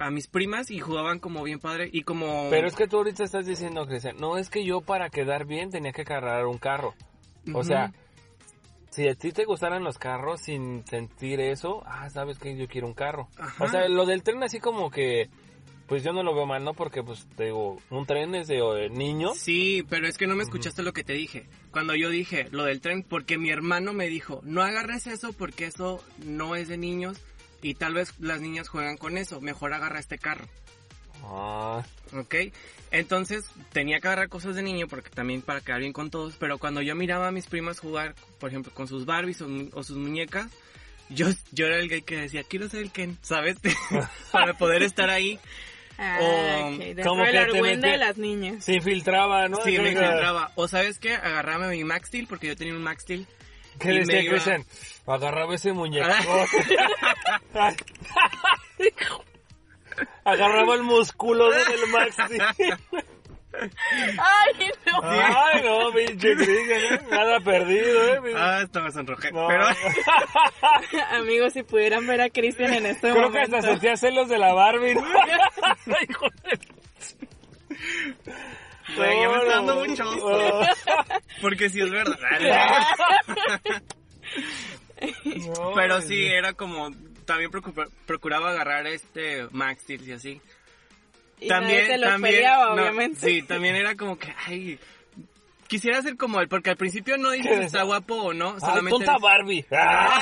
S1: a mis primas y jugaban como bien padre y como
S2: Pero es que tú ahorita estás diciendo, Cristian, no es que yo para quedar bien tenía que cargar un carro. O
S1: Ujú.
S2: sea, si a ti te gustaran los carros sin sentir eso, ah, sabes que yo quiero un carro.
S1: Ajá.
S2: O sea, lo del tren así como que, pues yo no lo veo mal, ¿no? Porque, pues, te digo, un tren es de eh, niños.
S1: Sí, pero es que no me escuchaste lo que te dije. Cuando yo dije lo del tren, porque mi hermano me dijo, no agarres eso porque eso no es de niños y tal vez las niñas juegan con eso, mejor agarra este carro,
S2: Ah,
S1: ¿ok? Entonces tenía que agarrar cosas de niño porque también para quedar bien con todos, pero cuando yo miraba a mis primas jugar, por ejemplo, con sus Barbies o, mu- o sus muñecas, yo, yo era el gay que decía, quiero ser el Ken, ¿sabes? Para poder estar ahí.
S3: Ah,
S1: O,
S3: ok, dentro
S2: como
S3: de
S2: que
S3: la
S2: te
S3: argüenda
S2: mete-
S3: de las niñas.
S2: se infiltraba, ¿no?
S1: Sí, me
S2: Entonces,
S1: encontraba. O sabes qué, agarraba mi Maxtil porque yo tenía un Maxtil.
S2: ¿Qué
S1: y me
S2: decía
S1: iba-
S2: Cristian? Agarraba ese muñeco. Agarraba el músculo del Maxi.
S3: Ay, no.
S2: Ay, no, pinche Cristian, ¿eh? Nada perdido, ¿eh? pinche-
S1: Ah, hasta me sonrojé.
S2: No.
S1: Pero
S3: Ah, Amigos, si pudieran ver a Cristian en este
S2: Creo que
S3: momento.
S2: hasta sentía celos de la Barbie. ¿no? Ay, hijo
S1: güey, ya me está
S2: No,
S1: dando
S2: no,
S1: mucho
S2: no.
S1: asco. Porque sí es verdad.
S2: No, Ah,
S1: Pero sí, era como. También preocupa- procuraba agarrar este Maxtil y así.
S3: Y
S1: también,
S3: nadie se los
S1: también.
S3: peleaba,
S1: no,
S3: obviamente.
S1: Sí, también era como que. Ay. Quisiera ser como él, porque al principio no dices si está guapo o no.
S2: Ay,
S1: Solamente
S2: tonta Barbie. Ah.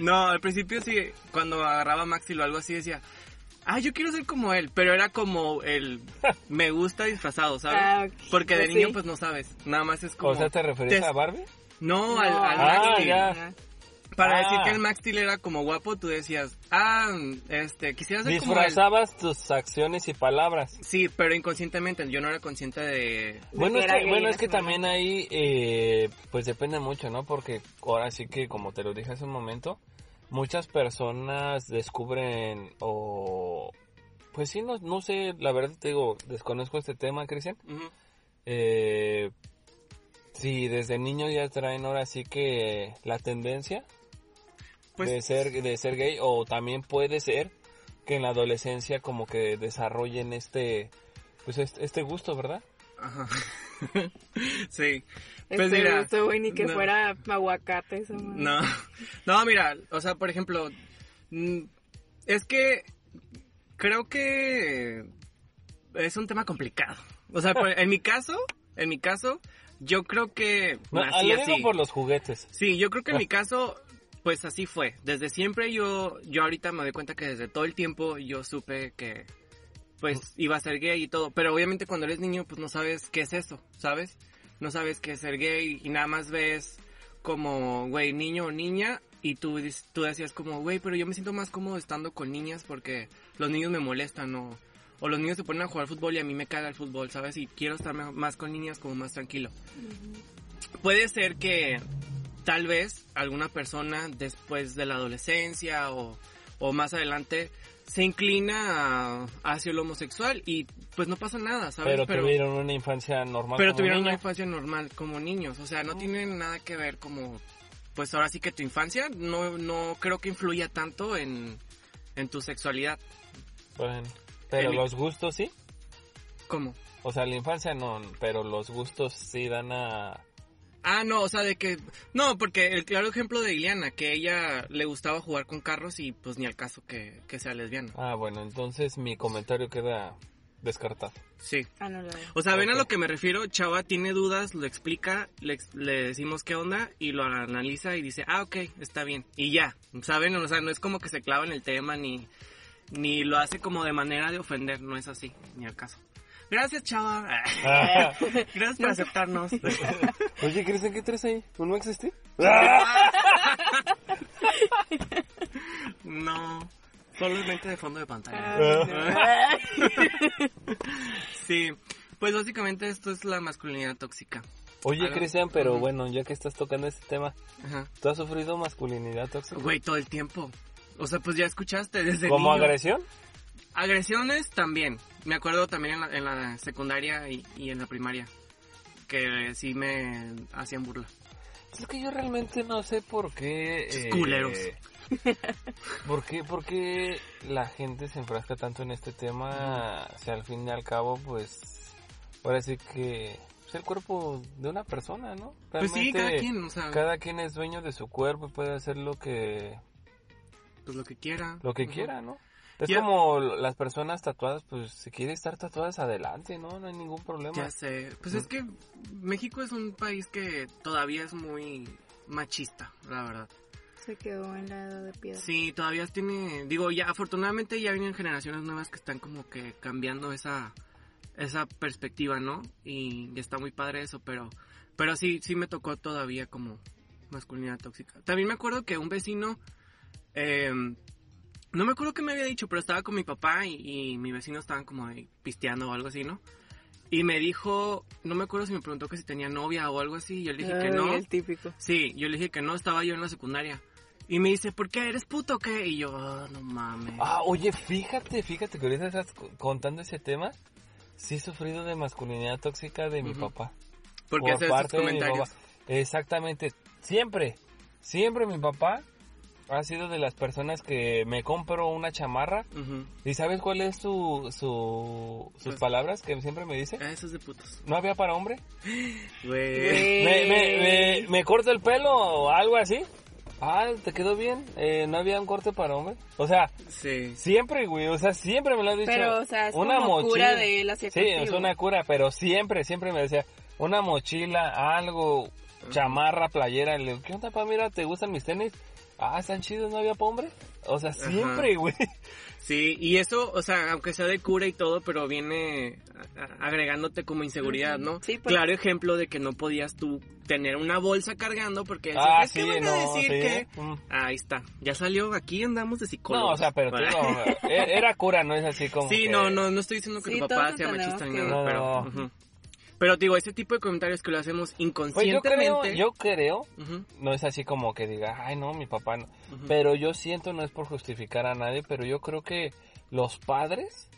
S1: No, al principio sí, cuando agarraba Maxil o algo así decía, ah, yo quiero ser como él, pero era como el me gusta disfrazado, ¿sabes?
S3: Ah, ok.
S1: Porque de
S3: Sí.
S1: niño pues no sabes, nada más es como...
S2: O sea, ¿te referís
S1: te-
S2: a Barbie?
S1: No, al, al
S2: Ah,
S1: Maxil.
S2: ya.
S1: Para
S2: Ah.
S1: decir que el Maxil era como guapo, tú decías, ah, este, quisiera ser como él.
S2: Disfrazabas tus acciones y palabras.
S1: Sí, pero inconscientemente, yo no era consciente de...
S2: Bueno, es
S3: Era
S2: que,
S3: gay
S2: bueno,
S3: en
S2: es que
S3: ese
S2: también ahí, eh, pues depende mucho, ¿no? Porque ahora sí que, como te lo dije hace un momento, muchas personas descubren o... Pues sí, no, no sé, la verdad te digo, desconozco este tema, Cristian.
S1: Ujú.
S2: Eh, sí, desde niño ya traen ahora sí que la tendencia
S1: Pues
S2: de, ser, de ser gay o también puede ser que en la adolescencia como que desarrollen este, pues este, este gusto, ¿verdad?
S1: Ajá. sí. Pues
S3: Este
S1: mira,
S3: gusto, güey, ni que
S1: no.
S3: fuera aguacate eso, man.
S1: No, no, mira, o sea, por ejemplo, mm, es que creo que es un tema complicado. O sea, por- en mi caso, en mi caso, yo creo que
S2: No,
S1: nací
S2: lo digo
S1: así.
S2: por los juguetes.
S1: Sí, yo creo que en mi caso pues así fue. Desde siempre yo, yo ahorita me doy cuenta que desde todo el tiempo yo supe que pues iba a ser gay y todo. Pero obviamente cuando eres niño pues no sabes qué es eso, ¿sabes? No sabes qué es ser gay y nada más ves como, güey, niño o niña. Y tú, dices- tú decías como, güey, pero yo me siento más cómodo estando con niñas porque los niños me molestan o, o los niños se ponen a jugar fútbol y a mí me caga el fútbol, ¿sabes? Y quiero estar me- más con niñas como más tranquilo. Puede ser que tal vez alguna persona después de la adolescencia o, o más adelante se inclina a- hacia lo homosexual y pues no pasa nada, ¿sabes?
S2: Pero, tuvieron una infancia normal.
S1: pero
S2: como
S1: tuvieron una
S2: niño.
S1: infancia normal como niños, o sea, no tienen nada que ver como pues ahora sí que tu infancia no no creo que influya tanto en en tu sexualidad.
S2: Bueno, pero
S1: En-
S2: los gustos sí.
S1: ¿Cómo?
S2: O sea, la infancia no, pero los gustos sí dan a...
S1: Ah, no, o sea, de que... No, porque el claro ejemplo de Ileana, que ella le gustaba jugar con carros y pues ni al caso que, que sea lesbiana.
S2: Ah, bueno, entonces mi comentario queda descartado.
S1: Sí.
S3: Ah, no, la
S1: O sea, ven a
S2: Ok.
S1: lo que me refiero, Chava tiene dudas, lo explica, le, ex- le decimos qué onda y lo analiza y dice, ah, ok, está bien. Y ya, ¿saben? O sea, no es como que se clava en el tema ni, ni lo hace como de manera de ofender, no es así, ni al caso. Gracias, Chava. Gracias por aceptarnos.
S2: Oye, Cristian, ¿qué traes ahí? ¿No existe?
S1: No, solamente de fondo de pantalla.
S3: Ah, no.
S1: Sí, pues básicamente esto es la masculinidad tóxica.
S2: Oye,
S1: Algo.
S2: Cristian, pero
S1: Ujú.
S2: bueno, ya que estás tocando este tema,
S1: Ajá.
S2: ¿tú has sufrido masculinidad tóxica?
S1: Güey, todo el tiempo. O sea, pues ya escuchaste desde
S2: ¿Como
S1: niño.
S2: agresión?
S1: Agresiones también. Me acuerdo también en la, en la secundaria y, y en la primaria. Que sí me hacían burla.
S2: Pues Es que yo realmente no sé por qué... eh,
S1: Sus culeros.
S2: ¿Por qué, por qué la gente se enfrasca tanto en este tema? Si al fin y al cabo, pues... Ahora sí que... Es el cuerpo de una persona, ¿no?
S1: Pues sí, cada
S2: Realmente,
S1: quien, o sea,
S2: Cada quien es dueño de su cuerpo y puede hacer lo que
S1: pues lo que quiera.
S2: lo que
S1: Ujú.
S2: quiera, ¿no? Es
S1: Ya-
S2: como lo- las personas tatuadas, pues si quiere estar tatuadas adelante, ¿no? No hay ningún problema.
S1: Ya sé. Pues es que México es un país que todavía es muy machista, la verdad.
S3: Se quedó en la edad de piedra.
S1: Sí, todavía tiene, digo, ya afortunadamente ya vienen generaciones nuevas que están como que cambiando esa esa perspectiva, ¿no? Y está muy padre eso, pero pero sí sí me tocó todavía como masculinidad tóxica. También me acuerdo que un vecino eh, no me acuerdo qué me había dicho, pero estaba con mi papá y, y mi vecino estaban como ahí pisteando o algo así, ¿no? Y me dijo, no me acuerdo si me preguntó que si tenía novia o algo así, y yo le dije que
S3: Ay,
S1: no.
S3: El típico.
S1: Sí, yo le dije que no, estaba yo en la secundaria. Y me dice, ¿por qué? ¿Eres puto o qué? Y yo, "Ah, no mames.
S2: Ah, oye, fíjate, fíjate que ahorita estás co- contando ese tema. Sí he sufrido de masculinidad tóxica de mi
S1: Ujú.
S2: papá.
S1: ¿Por qué haces esos
S2: de mi
S1: comentarios?
S2: papá. Exactamente. Siempre, siempre mi papá ha sido de las personas que me compro una chamarra.
S1: Ujú.
S2: ¿Y sabes cuál es su, su, sus
S1: Pues-
S2: palabras que siempre me dice?
S1: Ah, eso es de putos.
S2: ¿No había para hombre?
S1: Güey.
S2: me, me, me, me corto el pelo o algo así. Ah, te quedó bien. Eh, no había un corte para hombre. O sea,
S1: Sí.
S2: siempre, güey. O sea, siempre me lo ha dicho.
S3: Pero, o sea, es
S2: una
S3: como cura
S2: mochila.
S3: de él hacia
S2: Sí, es
S3: contigo.
S2: una cura, pero siempre, siempre me decía, una mochila, algo, chamarra, playera. Le digo, ¿qué onda, pa? Mira, ¿te gustan mis tenis? Ah, están chidos, no había para hombre. O sea,
S1: Ajá.
S2: siempre, güey.
S1: Sí, y eso, o sea, aunque sea de cura y todo, pero viene a- a- agregándote como inseguridad,
S3: Ujú.
S1: ¿no?
S3: Sí, pues.
S1: Claro ejemplo de que no podías tú tener una bolsa cargando porque decías,
S2: Ah,
S1: "Es que
S2: sí,
S1: van a
S2: no,
S1: decir
S2: sí.
S1: que...
S2: Mm.
S1: Ahí está, ya salió, aquí andamos de psicólogos.
S2: No, o sea, pero te digo, e- era cura, no es así como
S1: Sí,
S2: que-
S1: no, no, no estoy diciendo que
S3: Sí,
S1: tu papá
S3: todos
S1: sea machista ni nada,
S3: entendemos
S2: que-
S1: pero...
S2: No.
S1: ujú. Pero te digo, ese tipo de comentarios que lo hacemos
S2: Pues yo
S1: inconscientemente...
S2: creo, yo creo,
S1: Ujú,
S2: no es así como que diga, ay no, mi papá no.
S1: ujú.
S2: Pero yo siento, no es por justificar a nadie, pero yo creo que los padres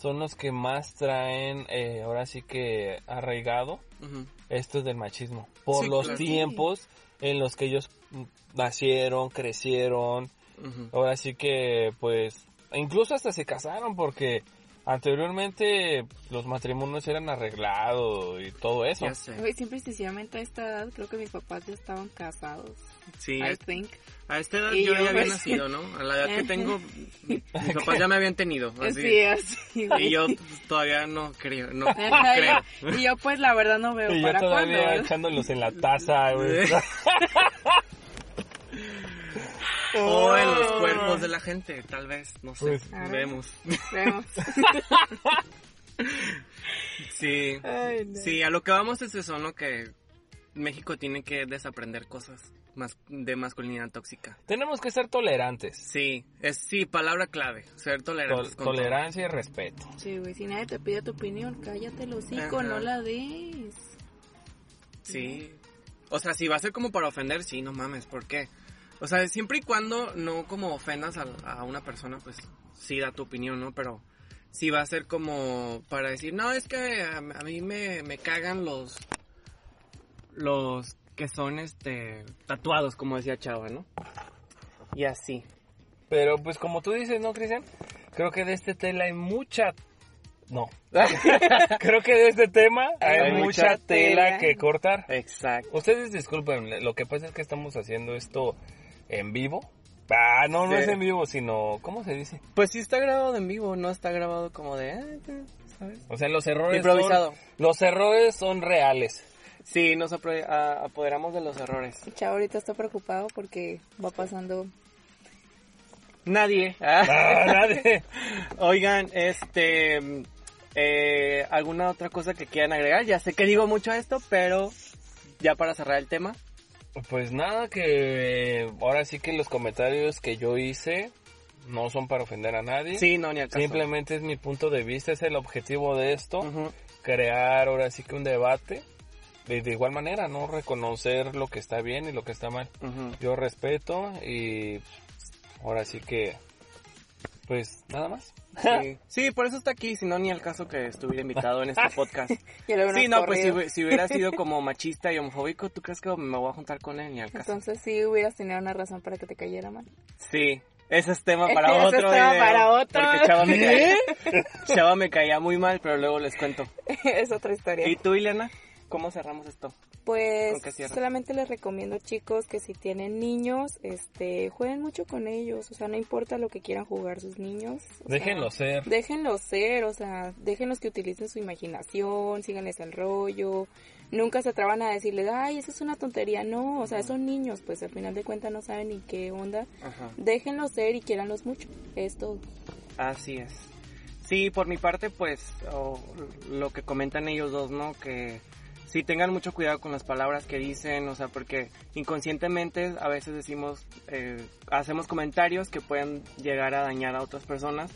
S2: son los que más traen, eh, ahora sí que arraigado,
S1: Ujú.
S2: esto del machismo. Por
S1: Sí,
S2: los
S1: claro.
S2: tiempos en los que ellos mm, nacieron, crecieron,
S1: Ujú.
S2: ahora sí que pues, incluso hasta se casaron porque anteriormente los matrimonios eran arreglados y todo eso.
S1: Ya sé.
S3: Güey, siempre y sencillamente a esta edad creo que mis papás ya estaban casados.
S1: Sí,
S3: I
S1: a,
S3: think.
S1: a esta edad
S3: y
S1: yo
S3: yo,
S1: ya había
S3: pues,
S1: nacido, ¿no? A la edad que tengo, mis papás ya me habían tenido. Así.
S3: Sí, así.
S1: pues Y
S3: güey.
S1: yo pues, todavía no creo, no
S3: Ajá,
S1: creo.
S3: y yo- y yo pues la verdad no veo
S2: Y yo
S3: para cuándo.
S2: todavía
S3: ¿verdad?
S2: echándolos en la taza, güey.
S1: O en los cuerpos de la gente, tal vez, no sé,
S2: Pues-
S1: vemos.
S3: Vemos.
S1: Sí,
S3: Ay, no.
S1: sí, a lo que vamos es eso, ¿no? Que México tiene que desaprender cosas más de masculinidad tóxica.
S2: Tenemos que ser tolerantes.
S1: Sí, es sí, palabra clave, ser tolerantes.
S2: Tol-
S1: con todo.
S2: tolerancia y respeto.
S3: Sí, güey, si nadie te pide tu opinión, cállate el hocico,
S1: Ajá.
S3: no la des.
S1: Sí. O sea, si va a ser como para ofender, sí, no mames, ¿por qué? O sea, siempre y cuando no como ofendas a, a una persona, pues sí da tu opinión, ¿no? Pero si va a ser como para decir, no, es que a, a mí me, me cagan los... Los que son, este, tatuados, como decía Chava, ¿no? Y así.
S2: Pero pues como tú dices, ¿no, Cristian? Creo que de este tela hay mucha... No. Creo que de este tema hay,
S1: Hay
S2: mucha,
S1: mucha
S2: tela,
S3: tela.
S2: que cortar.
S1: Exacto.
S2: Ustedes disculpen, lo que pasa es que estamos haciendo esto en vivo. Ah, no, no
S1: Sí.
S2: es en vivo, sino... ¿Cómo se dice?
S1: Pues sí está grabado en vivo, no está grabado como de... "Ah, ¿Sabes?
S2: O sea, los errores...
S1: Improvisado.
S2: Son, los errores son reales.
S1: Sí, nos apro- a- apoderamos de los errores.
S3: El chavo ahorita está preocupado porque va pasando.
S1: Nadie.
S2: Ah, nadie.
S1: Oigan, este. eh, ¿Alguna otra cosa que quieran agregar? Ya sé que digo mucho esto, pero ya para cerrar el tema.
S2: Pues nada, que eh, ahora sí que los comentarios que yo hice no son para ofender a nadie.
S1: Sí, no, ni al caso.
S2: Simplemente es mi punto de vista, es el objetivo de esto,
S1: Ujú.
S2: crear ahora sí que un debate. De, de igual manera, no reconocer lo que está bien y lo que está mal.
S1: Ujú.
S2: Yo respeto y ahora sí que, pues nada más.
S1: Sí. Sí, por eso está aquí, si no, ni al caso que estuviera invitado en este podcast.
S3: Y luego
S1: Sí,
S3: nos
S1: no, pues si,
S3: corrió.
S1: hu- si hubiera sido como machista y homofóbico, ¿tú crees que me voy a juntar con él? Ni al caso.
S3: Entonces sí hubieras tenido una razón para que te cayera mal.
S1: Sí, ese es tema para
S3: Este, Ese es
S1: otro
S3: tema
S1: video,
S3: para otro.
S1: Porque Chava me, caía, Chava me caía muy mal, pero luego les cuento.
S3: es otra historia.
S1: ¿Y tú, Ileana? ¿Cómo cerramos esto?
S3: Pues
S1: ¿Con qué cierras?
S3: solamente les recomiendo chicos que si tienen niños, este, jueguen mucho con ellos, o sea, no importa lo que quieran jugar sus niños. o sea,
S2: Déjenlo ser.
S3: Déjenlos ser, o sea, déjenlos que utilicen su imaginación, síganles el rollo. Nunca se atrevan a decirles, ay, eso es una tontería. No, o sea, son niños, pues al final de cuentas no saben ni qué onda.
S1: Ajá.
S3: Déjenlos ser y quiéranlos mucho. Es todo.
S1: Así es. Sí, por mi parte, pues o lo que comentan ellos dos, ¿no? Que sí tengan mucho cuidado con las palabras que dicen, o sea, porque inconscientemente a veces decimos, eh, hacemos comentarios que pueden llegar a dañar a otras personas.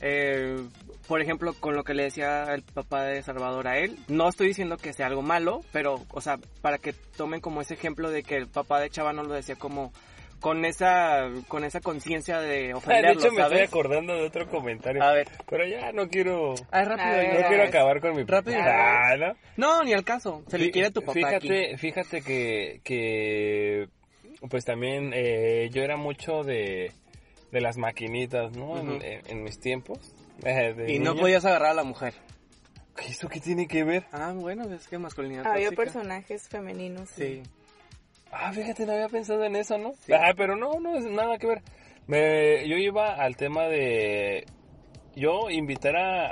S1: Eh, por ejemplo, con lo que le decía el papá de Salvador a él, no estoy diciendo que sea algo malo, pero, o sea, para que tomen como ese ejemplo de que el papá de Chava no lo decía como con esa con esa conciencia de
S2: Ah, de
S1: ofenderlo,
S2: hecho, me estoy
S1: ¿sabes?
S2: acordando de otro comentario.
S1: A ver.
S2: Pero ya no quiero...
S1: Ay,
S3: A
S1: Ah, rápido.
S3: ver,
S1: ya.
S2: No
S3: Pero
S2: quiero
S3: es-
S2: acabar con mi...
S1: rápido.
S2: Ah, ¿no?
S1: No, ni al caso. Se le
S2: Fí-
S1: quiere a tu papá aquí.
S2: Fíjate, fíjate que, que pues también eh, yo era mucho de, de las maquinitas, ¿no? En-
S1: Ujú.
S2: en, en mis tiempos. eh, de
S1: Y no
S2: niño.
S1: podías agarrar a la mujer.
S2: ¿Qué- ¿Eso qué tiene que ver?
S1: Ah, bueno, es que masculinidad
S3: Ah, Había
S1: tóxica.
S3: personajes femeninos.
S1: Sí.
S2: Ah, fíjate, no había pensado en eso, ¿no?
S1: Sí.
S2: Ah, pero no, no es nada que ver. Me- yo iba al tema de yo invitar a,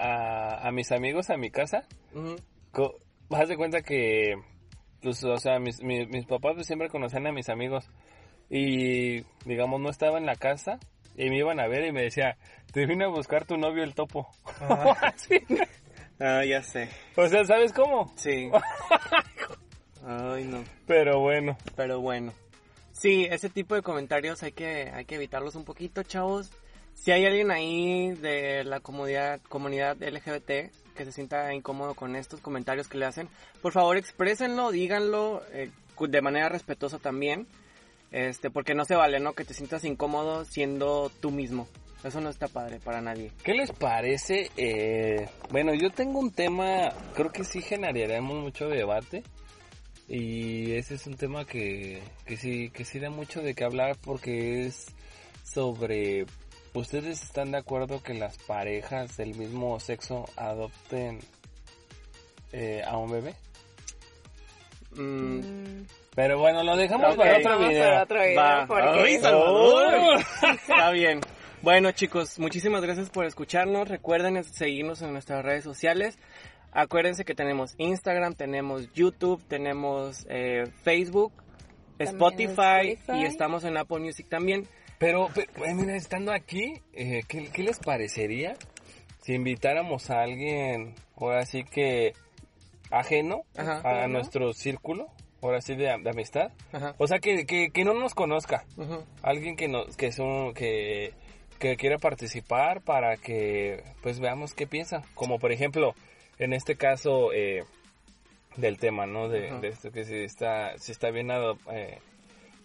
S2: a- a mis amigos a mi casa.
S1: Ujú.
S2: Co- haz de cuenta que, pues, o sea, mis, mi- mis papás pues, siempre conocían a mis amigos. Y, digamos, no estaba en la casa. Y me iban a ver y me decía, te vine a buscar tu novio el topo. Así.
S1: Ah, ya sé.
S2: O sea, ¿sabes cómo?
S1: Sí. Ay, no.
S2: Pero bueno.
S1: Pero bueno. Sí, ese tipo de comentarios hay que, hay que evitarlos un poquito, chavos. Si hay alguien ahí de la comunidad, comunidad LGBT que se sienta incómodo con estos comentarios que le hacen, por favor exprésenlo, díganlo eh, cu- de manera respetuosa también. Este, porque no se vale, ¿no? Que te sientas incómodo siendo tú mismo. Eso no está padre para nadie.
S2: ¿Qué les parece? Eh, bueno, yo tengo un tema, creo que sí generaremos mucho debate. Y ese es un tema que, que sí, que sí da mucho de qué hablar porque es sobre, ¿ustedes están de acuerdo que las parejas del mismo sexo adopten eh, a un bebé?
S1: Mm,
S3: Mm,
S2: Pero bueno, lo dejamos para
S1: Ok.
S2: otro
S3: vamos
S2: video.
S3: para otro video.
S1: Va.
S3: porque-
S1: Ay,
S2: sal- Salvador.
S1: Está bien. Bueno, chicos, muchísimas gracias por escucharnos. Recuerden es- seguirnos en nuestras redes sociales. Acuérdense que tenemos Instagram, tenemos YouTube, tenemos eh, Facebook,
S3: También
S1: Spotify,
S3: Spotify.
S1: y estamos en Apple Music también.
S2: Pero, pero, eh, mira, estando aquí, eh, ¿qué, qué les parecería si invitáramos a alguien, ahora sí que ajeno
S1: Ajá.
S2: a
S3: Ajeno.
S2: nuestro círculo, ahora sí de, de amistad?
S1: Ajá.
S2: O sea, que, que, que no nos conozca.
S1: Ujú.
S2: Alguien que, nos, que, es un- que, que quiera participar para que, pues, veamos qué piensa. Como, por ejemplo, en este caso eh, del tema, ¿no? De,
S1: Ajá.
S2: de esto que si está, si está bien, ado- eh,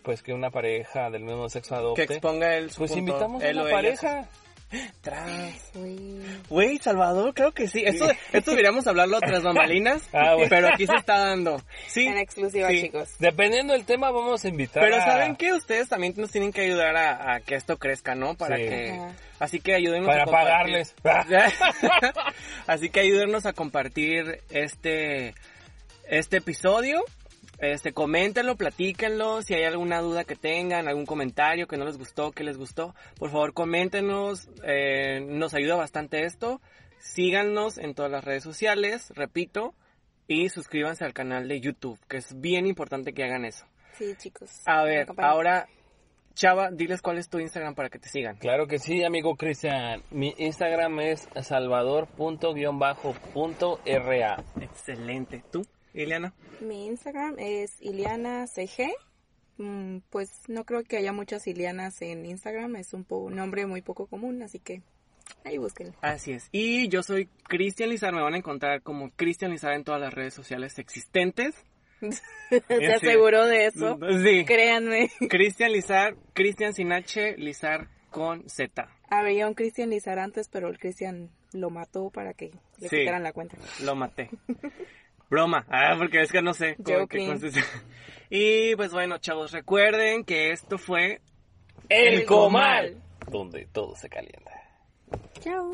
S2: pues, que una pareja del mismo sexo adopte.
S1: Que exponga el su
S2: Pues
S1: punto,
S2: invitamos a
S1: él
S2: una
S1: o ella.
S2: pareja.
S1: Tras.
S4: Uy.
S1: Güey, Salvador, creo que sí. Esto, esto deberíamos hablarlo tras bambalinas,
S2: Ah, bueno.
S1: pero aquí se está dando. Sí,
S3: En exclusiva,
S1: Sí.
S3: chicos.
S2: Dependiendo del tema, vamos a invitar.
S1: pero
S2: a-
S1: ¿saben qué? Ustedes también nos tienen que ayudar a, a que esto crezca, ¿no? Para
S2: Sí.
S1: que...
S3: Ajá.
S1: Así que ayúdenos
S2: Para
S1: a compartir.
S2: pagarles. Ah,
S1: Así que ayúdenos a compartir este, este episodio. Este, coméntenlo, platíquenlo. Si hay alguna duda que tengan, algún comentario que no les gustó, que les gustó, por favor coméntenos. eh, nos ayuda bastante esto. Síganos en todas las redes sociales, repito. Y suscríbanse al canal de YouTube, que es bien importante que hagan eso.
S3: Sí, chicos.
S1: A ver,
S3: Acompáñenme.
S1: ahora, Chava, diles cuál es tu Instagram para que te sigan.
S2: Claro que sí, amigo Cristian. Mi Instagram es salvador.-ra.
S1: Excelente. ¿Tú, Eliana?
S3: Mi Instagram es ilianacg. Mm, Pues no creo que haya muchas Ilianas en Instagram, es un, po- un nombre muy poco común, así que ahí búsquenlo.
S1: Así es. Y yo soy Cristian Lizar. Me van a encontrar como Cristian Lizar en todas las redes sociales existentes.
S3: Se
S1: sí.
S3: aseguró de eso,
S1: Sí.
S3: créanme.
S1: Cristian Lizar, Cristian sin H, Lizar con Z.
S3: Habría un Cristian Lizar antes, pero el Cristian lo mató para que le
S1: Sí.
S3: quitaran la cuenta.
S1: Lo maté. Broma. Ah, porque es que no sé. cómo- qué
S3: Joking.
S1: conste- Y pues bueno, chavos, recuerden que esto fue
S3: El Comal.
S2: Donde todo se calienta.
S3: Chao.